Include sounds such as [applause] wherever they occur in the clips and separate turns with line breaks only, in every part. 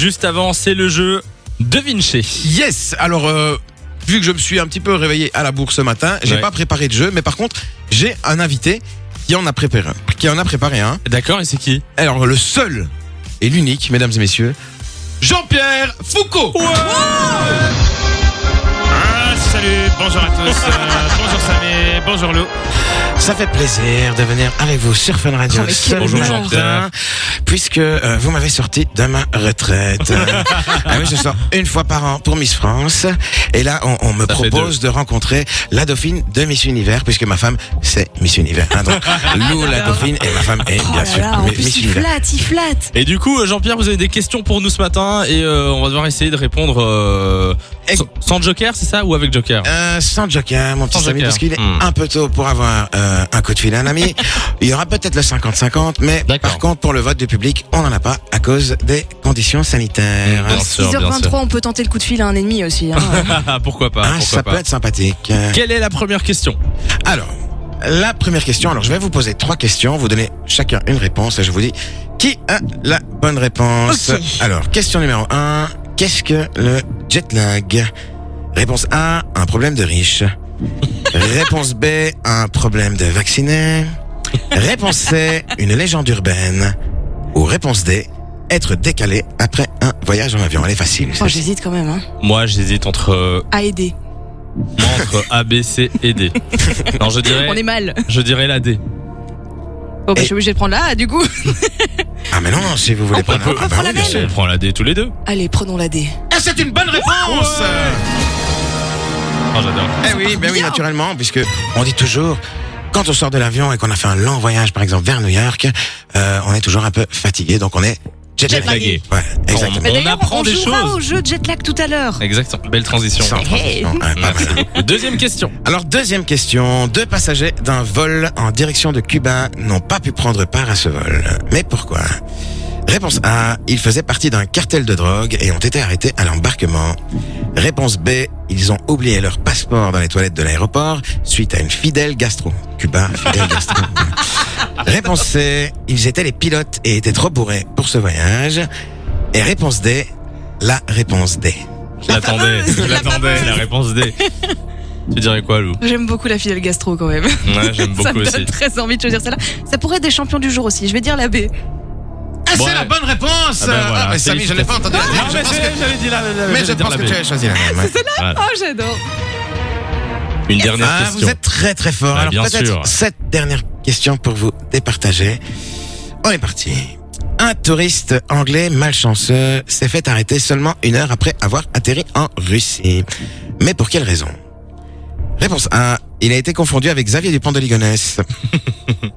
Juste avant, c'est le jeu de Vinci.
Yes Alors, euh, vu que je me suis un petit peu réveillé à la bourre ce matin, j'ai
Ouais.
pas préparé de jeu, mais par contre, j'ai un invité qui en a préparé un. Qui en a préparé un.
D'accord, et c'est qui
Alors, le seul et l'unique, mesdames et messieurs, Jean-Pierre Foucault
Ah, salut, bonjour à tous, euh, bonjour Samé, bonjour Lou.
Ça fait plaisir de venir avec vous sur Fun Radio
Oh, mais
ce
quel
Bonjour,
matin,
Jean-Pierre.
puisque euh, vous m'avez sorti de ma retraite.
[laughs]
Euh, ah oui, je sors une fois par an pour Miss France, et là on, on me
Ça fait
propose de rencontrer la dauphine de Miss Univers, puisque ma femme c'est Miss Univers. hein.
[laughs]
donc Lou la dauphine et ma femme est
Oh
bien
là
sûr
là, en
Miss
plus il
Univers.
flatte, il flatte.
Et du coup, euh, Jean-Pierre, vous avez des questions pour nous ce matin et euh, on va devoir essayer de répondre euh,
Et-
sans, sans Joker, c'est ça Ou avec Joker
Euh, sans joker, mon petit
Sans
Samy,
joker.
parce qu'il est
Hmm.
un peu tôt pour avoir euh, un coup de fil à
[laughs]
un ami. Il y aura peut-être le 50-50, mais
D'accord.
par contre, pour le vote du public, on n'en a pas à cause des conditions sanitaires.
Bien sûr, bien
6h23, on peut tenter le coup de fil à un ennemi aussi. hein.
Ah, [laughs] pourquoi pas,
Ah,
pourquoi
ça
pas.
peut être sympathique. Euh,
Quelle est la première question
Alors, la première question, alors je vais vous poser trois questions, vous donnez chacun une réponse et je vous dis qui a la bonne réponse.
Ok.
Alors, question numéro un, qu'est-ce que le jet lag Réponse A, un problème de
[laughs]
riche. réponse B, un problème de vacciné. Réponse C, une légende urbaine. Ou réponse D, être décalé après un voyage en avion. Elle est facile.
Oh,
celle-ci.
J'hésite quand même hein.
Moi, j'hésite entre, euh,
à aider.
moi, entre A, B, C et D. Non, je
On est
dirais,
mal.
je dirais la D.
Bon, bah,
Et-
je suis obligée de prendre la A du coup.
Ah mais non, si vous voulez
On peut-
prendre... un-
on peut
ah, bah
prendre
oui,
la
bien
même.
sûr.
On prend la D tous les deux.
Allez, prenons la D.
Ah, c'est une bonne réponse
Oh, j'adore.
Eh oui, ben oui,
bien.
naturellement, puisque on dit toujours, quand on sort de l'avion et qu'on a fait un long voyage, par exemple vers New York, euh, on est toujours un peu fatigué, donc on est
Jetlagué.
jetlagué. Ouais, exactement.
Mais On
Bah, d'ailleurs,
apprend
on
des
jouera
choses.
au jeu de jetlag tout à l'heure.
Exactement. Belle transition.
Sans
Hey.
transition, ouais, pas mal.
Deuxième question.
Alors deuxième question, deux passagers d'un vol en direction de Cuba n'ont pas pu prendre part à ce vol. Mais pourquoi Réponse A, ils faisaient partie d'un cartel de drogue et ont été arrêtés à l'embarquement. Réponse B, ils ont oublié leur passeport dans les toilettes de l'aéroport suite à une fidèle gastro. Cuba, fidèle
[laughs]
gastro. réponse C, ils étaient les pilotes et étaient trop bourrés pour ce voyage. Et réponse D, la réponse D.
Je l'attendais.
fameuse,
Ah, Je
la
l'attendais.
fameuse.
La réponse [laughs] D. tu dirais quoi, Lou
J'aime beaucoup la fidèle gastro quand même.
Ouais, j'aime
[laughs] Ça
beaucoup
me
aussi.
donne très envie de choisir celle-là. Ça pourrait être des champions du jour aussi. Je vais dire la B.
Ah,
Ouais.
c'est la bonne réponse
Ah ben voilà,
Ah, mais
c'est
Samy, je l'ai pas entendu la dire, je pense que-
j'avais dit là.
Mais je pense que tu avais choisi la même. ouais.
Ah.
Oh, j'adore.
Une dernière
Ah, vous
question.
êtes très très fort.
Bah,
Alors
bien sûr.
peut-être cette dernière question pour vous départager. On est parti. Un touriste anglais malchanceux s'est fait arrêter seulement une heure après avoir atterri en Russie. Mais pour quelle raison Réponse A. Il a été confondu avec Xavier Dupont
[laughs]
de Ligonnès.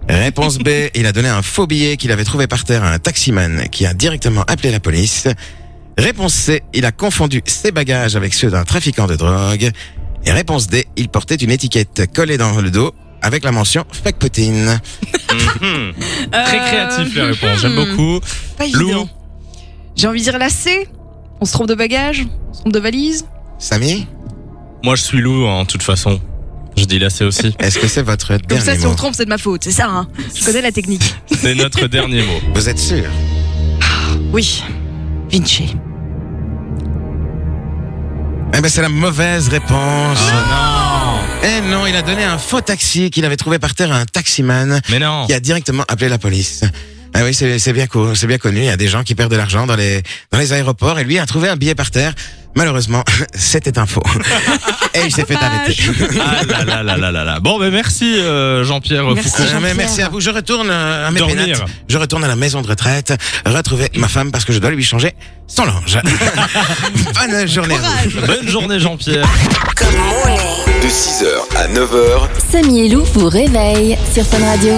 Réponse B. Il a donné un faux billet qu'il avait trouvé par terre à un taximan qui a directement appelé la police. Réponse C. Il a confondu ses bagages avec ceux d'un trafiquant de drogue. Et réponse D. Il portait une étiquette collée dans le dos avec la mention fuck Poutine.
Mhm. [laughs] Très créatif la réponse. J'aime
Euh,
hmm.
beaucoup.
Euh, Pas
Lou.
évident. J'ai envie de dire la C. On se trompe de bagages, on se trompe de valises.
Samy,
Moi, je suis Lou en toute façon. Je dis là, c'est aussi.
est-ce que c'est votre
Comme
dernier
ça, si
mot
on se trompe, c'est de ma faute. C'est ça, hein. Je connais la technique.
C'est
[laughs]
notre dernier mot.
Vous êtes sûr
Oui. Vinci.
Eh ben c'est la mauvaise réponse.
Ah.
non
Eh non, il a donné un faux taxi qu'il avait trouvé par terre à un taximan
Mais non.
[laughs] qui a directement appelé la police. Ah oui, c'est c'est bien, co- c'est bien connu. Il y a des gens qui perdent de l'argent dans les, dans les aéroports et lui a trouvé un billet par terre. Malheureusement, [laughs] c'était
[laughs]
un faux. et il s'est fait arrêter.
Ah là là là là là là. Bon, ben merci euh, Jean-Pierre
Merci.
Foucault.
Ah, mais
Jean-Pierre.
merci à vous. Je retourne euh, à mes
Dormir.
pénates. Je retourne à la maison de retraite, retrouver ma femme parce que je dois lui changer son linge. Bonne journée. à vous.
Bonne journée Jean-Pierre.
De 6h à 9h,
Samy et Lou vous réveille sur Fun Radio.